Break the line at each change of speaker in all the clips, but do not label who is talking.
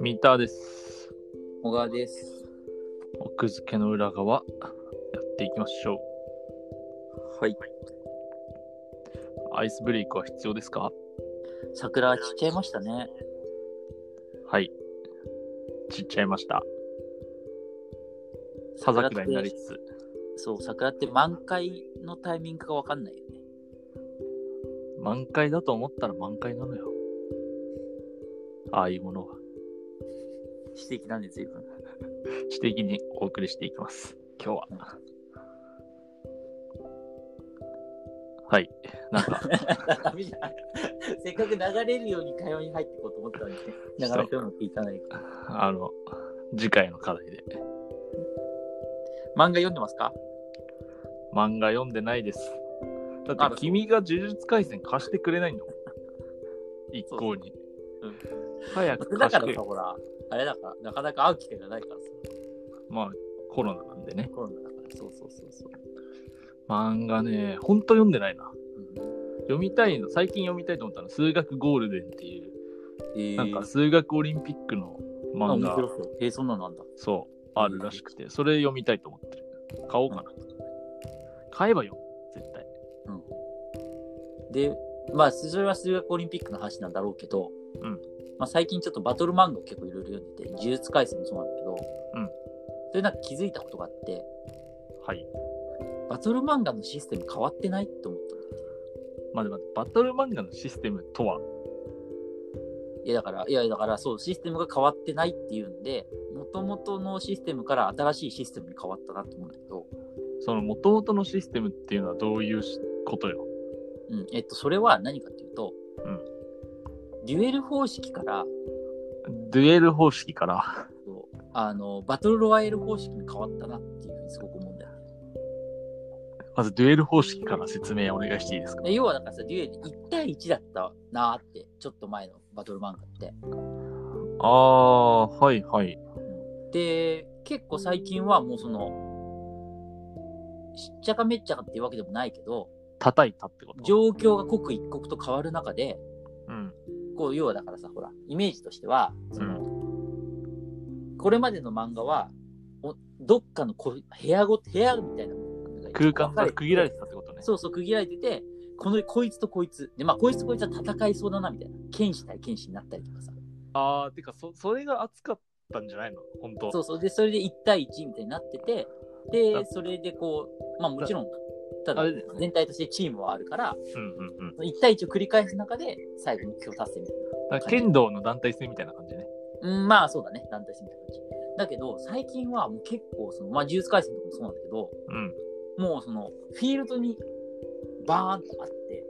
三田です。
小川です。
奥付けの裏側、やっていきましょ
はい。
う。アイスブレイクは必要ですか
桜散っちゃいましたね。
はい。ちっちゃいました。さざくらになりつつ。
そう、桜って満開のタイミングがわかんないよね。
満開だと思ったら満開なのよ。ああいうものは、
指摘なんで 随分。
知的にお送りしていきます。今日は。はい。なんか、
ダメじゃんせっかく流れるように会話に入っていこうと思ったのにね、なかなかうまくいかない。
あの、次回の課題で。
漫画読んでますか
漫画読んでないです。だ
あ
っ
ら
て君が呪術廻戦貸してくれないんだも ん。一向に。
そううん
早く
だ
貸し
か
て
らさ、
よ。
ほら、あれだから、なかなか会う機会がないからさ、
まあ、コロナなんでね。
コロナだから。そうそうそうそう。
漫画ね、ほんと読んでないな。
うん
読みたいの、最近読みたいと思ったのは数学ゴールデンっていう、
えー、
なんか数学オリンピックの
あ
漫
面
画
白、そう。えー、そんなのなんだ。
そう、あるらしくて、それ読みたいと思ってる。買おうかな。買えばよ、絶対。
うん、で、まあ、それは数学オリンピックの話なんだろうけど、
うん
まあ、最近ちょっとバトル漫画を結構いろいろ読んでて、呪術廻戦もそうなんだけ
う
ど、
ん
それなんか気づいたことがあって、
はい。
バトル漫画のシステム変わってないって思ったんだよね。
まあ、待って、バトル漫画のシステムとは、
いや、だから、いや、だから、そう、システムが変わってないっていうんで、元々のシステムから新しいシステムに変わったなと思うんだけど、
その元々のシステムっていうのはどういうしことよ。
うん、えっと、それは何かっていうと、
うん
デュエル方式から、
デュエル方式から。
そうあの、バトルロワイヤル方式に変わったなっていうふうにすごく思うんだよね
まず、デュエル方式から説明お願いしていいですか
で要はだからさ、デュエル1対1だったなーって、ちょっと前のバトル漫画って。
ああ、はいはい。
で、結構最近はもうその、しっちゃかめっちゃかっていうわけでもないけど、
叩いたってこと。
状況が刻一刻と変わる中で、
うん。
こう、要はだからさ、ほら、イメージとしては、その、これまでの漫画は、おどっかのこ部屋ご、部屋みたいな
空間が区切られてたってことね。
そうそう、区切られてて、この、こいつとこいつ。で、まあ、こいつとこいつは戦いそうだな、みたいな。剣士対剣士になったりとかさ。
ああ、てかそ、それが熱かったんじゃないの本当
そうそう。で、それで1対1みたいになってて、で、それでこう、まあもちろん、ただ
あれだよね
全体としてチームはあるか
う
ら、
んうんうん。
1対1を繰り返す中で、最後目標達成みたい
だから剣道の団体戦みたいな感じね。
な。うん、まあそうだね。団体戦みたいな感じ。だけど、最近はもう結構、その、まあ、呪術廻戦とかもそうなんだけど、
うん。
もうその、フィールドにバーンとあって、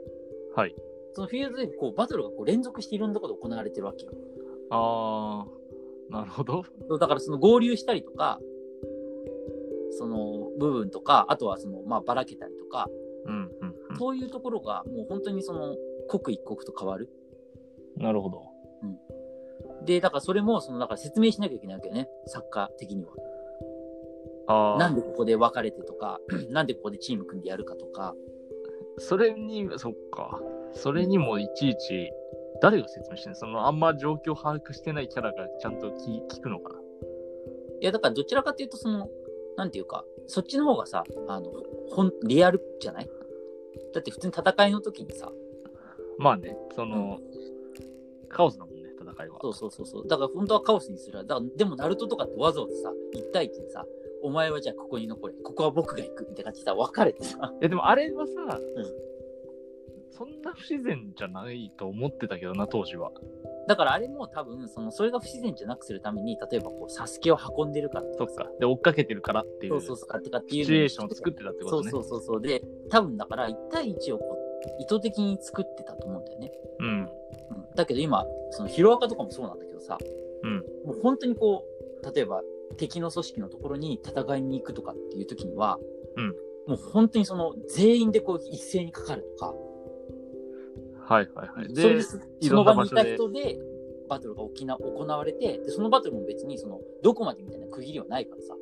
はい。
そのフィールドでこう、バトルがこう連続していろんなことが行われてるわけよ。
ああ、なるほど。
そうだからその合流したりとか、その部分とか、あとはその、まあ、ばらけたりとか、
うんうん、
そういうところがもう本当にその刻一刻と変わる。
うん。なるほど。
で、だからそれもそのだから説明しなきゃいけないわけよね、作家的には。
あ
な
あ
ん、でここで別れてとか、 なんでここでチーム組んでやるかとか、
それに、そっか。それにもいちいち、誰が説明してんのその、あんま状況把握してないキャラがちゃんと聞聞くのかない
やだからどちらかというとその、なんていうか、そっちの方がさ、あの、ほん、リアルじゃないだって普通に戦いの時にさ、
まあね、その、カオスだもんね、戦いは。
そうそうそうそう、だから本当はカオスにするわ。だからでもナルトとかってわざわざさ、1対1でさ、お前はじゃあここに残れ、ここは僕が行くみたいな感じでさ、別れてさ、
いや、でもあれはさ、
ん
そんな不自然じゃないと思ってたけどな、当時は。
だからあれも多分そのそれが不自然じゃなくするために例えばこうサスケを運んでるから
そっか。で、追っかけてるからっていう、
そうそうそうとかっていう
シチュエーションを作ってたってことね。
そうそうそうそうで多分だから1対1をこう意図的に作ってたと思うんだよね、
うん。
うん、だけど今そのヒロアカとかもそうなんだけどさ、
うん
もう本当にこう例えば敵の組織のところに戦いに行くとかっていう時には、
うん
もう本当にその全員でこう一斉にかかるとか
はいはいはい。
それ
で、
で
そ
そ
いろ
の
んな場
場にい
所
た
で
人でバトルが沖縄行われてでそのバトルも別にそのどこまでみたいな区切りはないからさ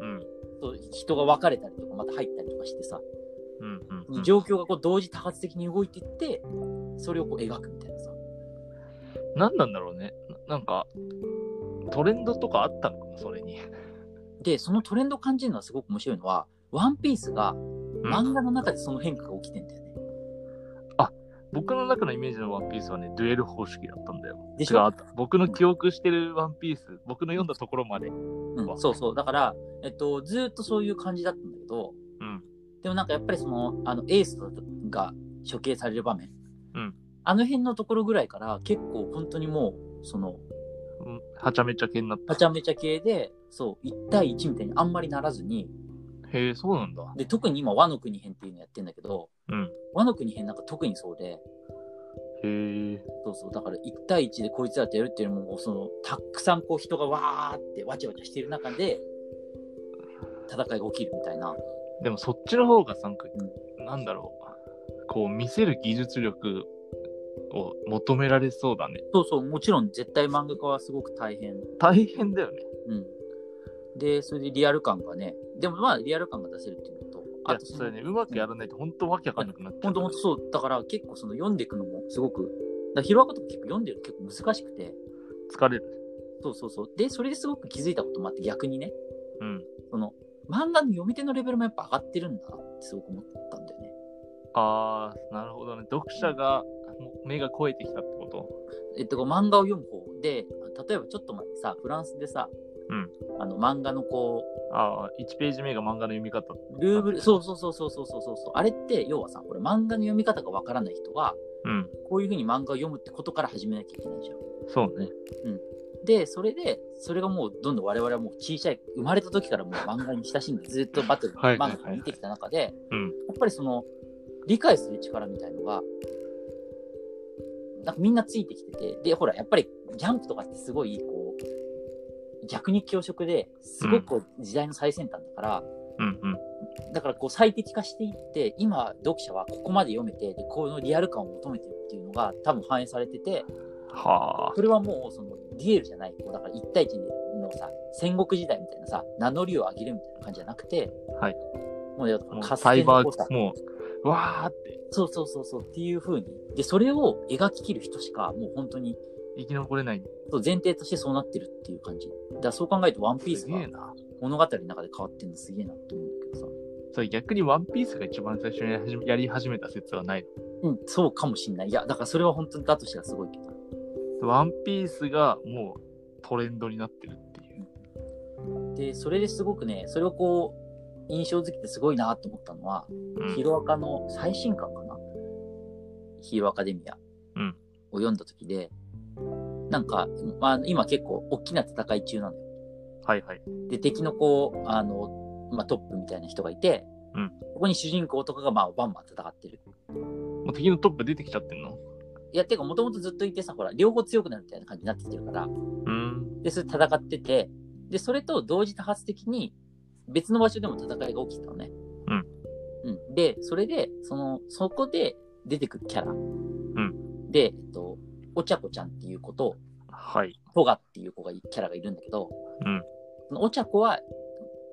うん。
そう人が分かれたりとかまた入ったりとかしてさ
うんうんうん
に状況がこう同時多発的に動いていって、それをこう描くみたいなさ。
何なんだろうねななんかトレンドとかあったのかなそれに
で、そのトレンドを感じるのはすごく面白いのは、ワンピースが漫画の中でその変化が起きてんだよね。
僕の中のイメージのワンピースはねデュエル方式だったんだよ
でし
違う
ょ
あった僕の記憶してるワンピース僕の読んだところまでう
うん、そうそう。だから、えっと、ずーっとそういう感じだったんだけど、
ん
でもなんかやっぱりその、あの、エースが処刑される場面。
うん
あの辺のところぐらいから結構本当にもう、その、
うんはちゃめちゃ系になっ
はちゃめちゃ系で、そう、1対1みたいにあんまりならずに、
たへえそうなんだ
で、特に今、和の国編っていうのやってんだけど、
うん
和の国編なんか特にそうで、
へえ
そうそう、だから1対1でこいつらとやるっていうのも、もうその、たくさんこう人がわーってわちゃわちゃしてる中で、戦いが起きるみたいな。
でもそっちの方がなんか、
う
なんだろうこう見せる技術力を求められそうだね
そうそう、もちろん絶対漫画家はすごく大変。
大変だよね
うん。で、それでリアル感がね、でもまあリアル感が出せるっていうのと、
あ
あと
それねうまくやらないと本当わけわかんなくなっちゃ
本
う
当本当そう、だから結構その読んでいくのもすごく、だからヒロアカとか結構読んでるの結構難しくて、
疲れる
そうそうそう。で、それですごく気づいたこともあって逆にね、
うん
その漫画の読み手のレベルもやっぱ上がってるんだなってすごく思ったんだよね。
ああなるほどね読者がもう目が肥えてきたってこと
えっと、漫画を読む方で、例えばちょっと前にさ、フランスでさ、
うん
あの漫画のこう、
ああ、1ページ目が漫画の読み方。
ルーブル、そうそうそうそうそうそうそうそう。あれって、要はさ、これ漫画の読み方がわからない人は、
うん、
こういうふうに漫画を読むってことから始めなきゃいけないじゃん。
そうね。
で、それで、それがもうどんどん我々はもう小さい、生まれた時からもう漫画に親しんでずっとバトル、
はい
漫画を見てきた中で、
うん
やっぱりその、理解する力みたいのが、なんかみんなついてきてて、で、ほら、やっぱりジャンプとかってすごい、こう、逆に強色ですごくこう時代の最先端だから、
うんうん。
だからこう最適化していって今読者はここまで読めてでこのリアル感を求めてるっていうのが多分反映されてて
はあ。
それはもうそのデュエルじゃないこうだから1対1のさ戦国時代みたいなさ名乗りを上げるみたいな感じじゃなくて、
はい、
もうだか
も
ら
う
か
サイバ
こうさ
ー、もう、わーって、
そうそうそうそうっていう風にでそれを描ききる人しかもう本当に
生き残れない。
そう前提としてそうなってるっていう感じだからそう考えると「ワンピース
すげえ
が
な。
物語の中で変わってるのすげえなって思うんだけどさ
それ逆にワンピースが一番最初にやり始めやり始めた説はない
うんそうかもしんないいやだからそれは本当にだとしたらすごいけど。
の。ワンピースがもうトレンドになってるっていう。
で、それですごくね、それをこう、印象づけてすごいなと思ったのは、
うん
ヒロアカの最新刊かなヒーローアカデミア
うん
を読んだ時で、なんか、まあ、今結構大きな戦い中なのよ。
はいはい。
で、敵のこう、あの、まあ、トップみたいな人がいて、
うん
ここに主人公とかがまあバンバン戦ってる。
もう敵のトップ出てきちゃってんの
いや、てかもともとずっといてさ、ほら、両方強くなるみたいな感じになってきてるから、
うん。
で、それ戦ってて、で、それと同時多発的に別の場所でも戦いが起きてたのね。
うん。。
うん。で、それで、その、そこで出てくるキャラ。うんで、えっと、おちゃこちゃんっていう子と、
はい。
トガっていう子がい、キャラがいるんだけど、
うん。
そのおちゃこは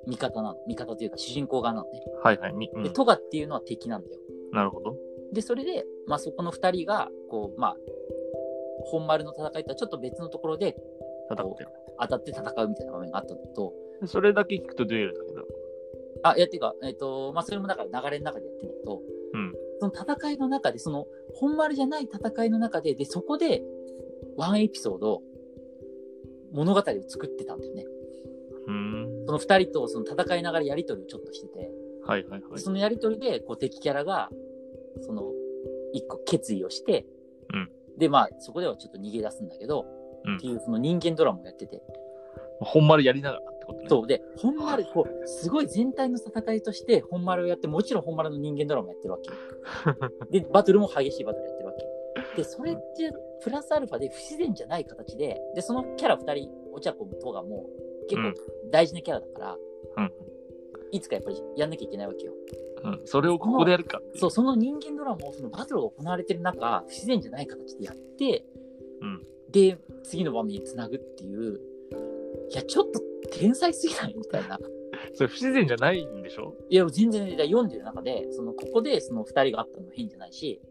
味方なの。味方というか主人公側なのね。
はいはい。みう
で、
ん、
トガっていうのは敵なんだよ。
なるほど。
で、それで、まあそこの二人が、こう、まあ、本丸の戦いとはちょっと別のところで
戦ってる。
当たって戦うみたいな場面があったんだけど、
それだけ聞くとデュエルだけど。
あ、いや、てか、えっ、と、まあ、それもだから流れの中でやってんだけど、
うん
その戦いの中で、その、本丸じゃない戦いの中で、で、そこで、ワンエピソード、物語を作ってたんだよね。
うん。
その二人と、その戦いながらやりとりをちょっとしてて、
はいはいはい。
そのやりとりで、こう、敵キャラが、その、一個決意をして、
うん
で、まあ、そこではちょっと逃げ出すんだけど、
うん
っていう、その人間ドラマをやってて、
本丸やりながらってことね。
そう。で、本丸、こう、すごい全体の戦いとして、本丸をやって、もちろん本丸の人間ドラマやってるわ け。で、バトルも激しいバトルやってるわけ。で、それって、プラスアルファで不自然じゃない形で、で、そのキャラ2人、お茶子もとがもう、結
う
構
ん
大事なキャラだから、
うん
いつかやっぱりやんなきゃいけないわけよ。
うん。それをここでやるかっていう
そう、その人間ドラマを、そのバトルが行われてる中、不自然じゃない形でやって、
うん
で、次の場面につなぐっていう、いや、ちょっと天才すぎないみたいな。
それ不自然じゃないんでしょ
いや、全然、いや読んでる中で、その、ここで、その、二人があったのも変じゃないし、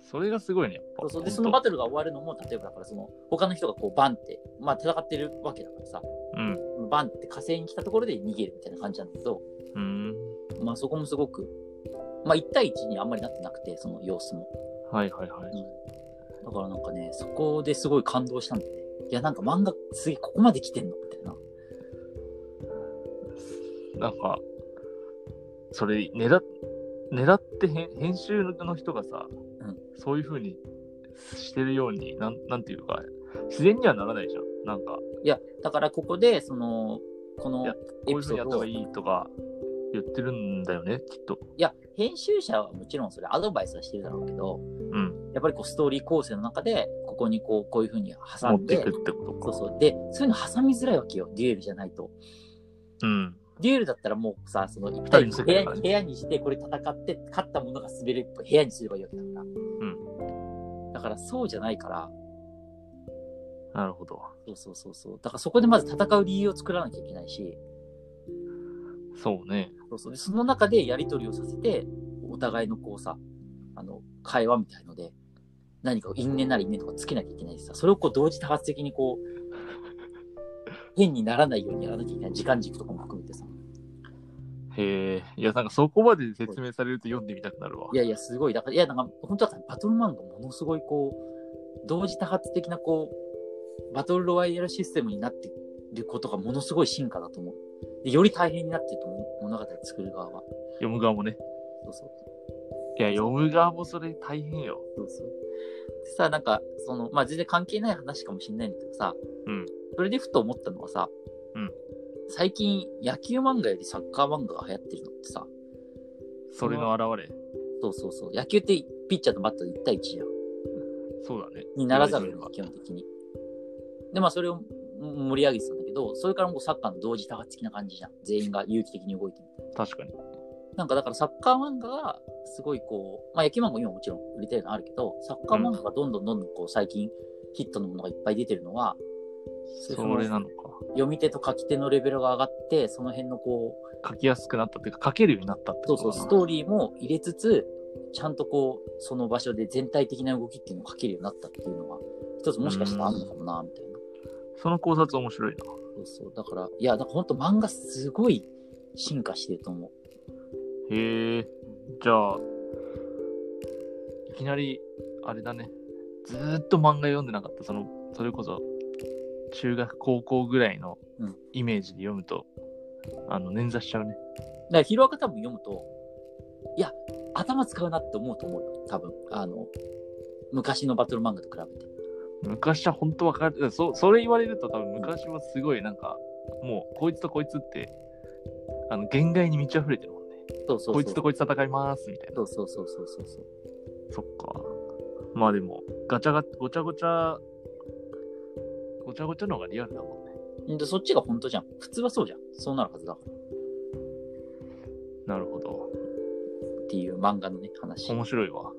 それがすごいね、やっ
そ
ぱ。
うそうで、そのバトルが終わるのも、例えばだから、その、他の人がこう、バンって、まあ、戦ってるわけだからさ、
うん。
バンって火星に来たところで逃げるみたいな感じなんだけど、
うん。
まあ、そこもすごく、まあ、1対1にあんまりなってなくて、その様子も。
はいはいは
う
い。
んだからなんかね、そこですごい感動したんだよね。いや、なんか漫画、すげえ、ここまで来てんのみたいな。
なんか、それ狙っ、狙って編編集の人がさ、
ん
そういう風にしてるように、なんなんていうか、自然にはならないじゃん。なんか、
いや、だからここで、その、この
いやこうい
エ
う
ピ
風
ソ
にや
ー
った方
ドを
がい
い
いとか言ってるんだよね、きっと。
や、編集者はもちろんそれアドバイスはしてるだろうけど、
うん。
やっぱりこうストーリー構成の中で、ここにこう、こういう風に挟
持っ
ん
てい
で
く、ってこと
そう
か。
そう。で、そういうの挟みづらいわけよ、デュエルじゃないと。
うん。
デュエルだったらもうさ、その一
人
対
の世
一部
界だ
屋
からね
に部屋にして、これ戦って、勝った者が滑る部屋にすればいいわけだから。だからそうじゃないから、
なるほど。
そうそうそうそう。だからそこでまず戦う理由を作らなきゃいけないし、
そうね。
そうそうでその中でやり取りをさせて、お互いのこうさ、あの、会話みたいので、何かを因縁なり因縁とかつけなきゃいけないしさ、それをこう同時多発的にこう、変にならないようにやらなきゃいけない時間軸とかも含めてさ。
へえ。いや、なんかそこまで説明されると読んでみたくなるわ
い。やいや、すごい。だから、いや、なんか、本当はバトル漫画ものすごいこう、同時多発的なこう、バトルロワイヤルシステムになってることがものすごい進化だと思う。でより大変になってると思う。物語作る側は。
読む側もね。
そうそう。
いや、読む側もそれ大変よ。
そうそう。でさ、なんか、その、まあ、全然関係ない話かもしれないんだけどさ、
うん
それでふと思ったのはさ、
うん
最近野球漫画よりサッカー漫画が流行ってるのってさ、
それの現れ。
そうそうそう。野球ってピッチャーとバッターで1対1じゃん。
そうだね。
にならざるを
言
得
わ
ない、
れ
基本的に。で、まあ、それをうん盛り上げてたんだけど、それからもうサッカーの同時多発的な感じじゃん。全員が有機的に動いてる。
てみれば確かに。
なんかだからサッカー漫画がすごいこう、まあ野球漫画今もちろん売れてるのあるけど、サッカー漫画がどんどんどんどんこう最近ヒットのものがいっぱい出てるのは、
それなのか。
読み手と書き手のレベルが上がって、その辺のこう、
書きやすくなったっていうか、書けるようになったってこ
そうそ
と
う、
か
ス
な。
トーリーも入れつつ、ちゃんとこう、その場所で全体的な動きっていうのを書けるようになったっていうのが、一つもしかしたらあるのかもな、みたいな。
その考察面白いな。
そうそう。だから、いや、だから本当漫画すごい進化してると思う。
へえ。じゃあ、いきなり、あれだね。ずーっと漫画読んでなかった。その、それこそ、中学、高校ぐらいの
うん
イメージで読むと、あの、捻挫しちゃうね。
だからヒロアカ多分読むと、いや、頭使うなって思うと思うよ、多分。あの、昔のバトル漫画と比べて。
昔は本当わかる。そそれ言われると多分昔はすごいなんか、もうこいつとこいつって、あの、限界に満ち溢れてるもんね。
そうそうそう。
こいつとこいつ戦いますみたいな。
そうそうそうそうそうそう。
そっか。まあでも、ガチャガチャ、ごちゃごちゃ、ごちゃごちゃの方がリアルだもんね。
んでそっちが本当じゃん。普通はそうじゃん。そうなるはずだから。
なるほど。
っていう漫画のね、話。
面白いわ。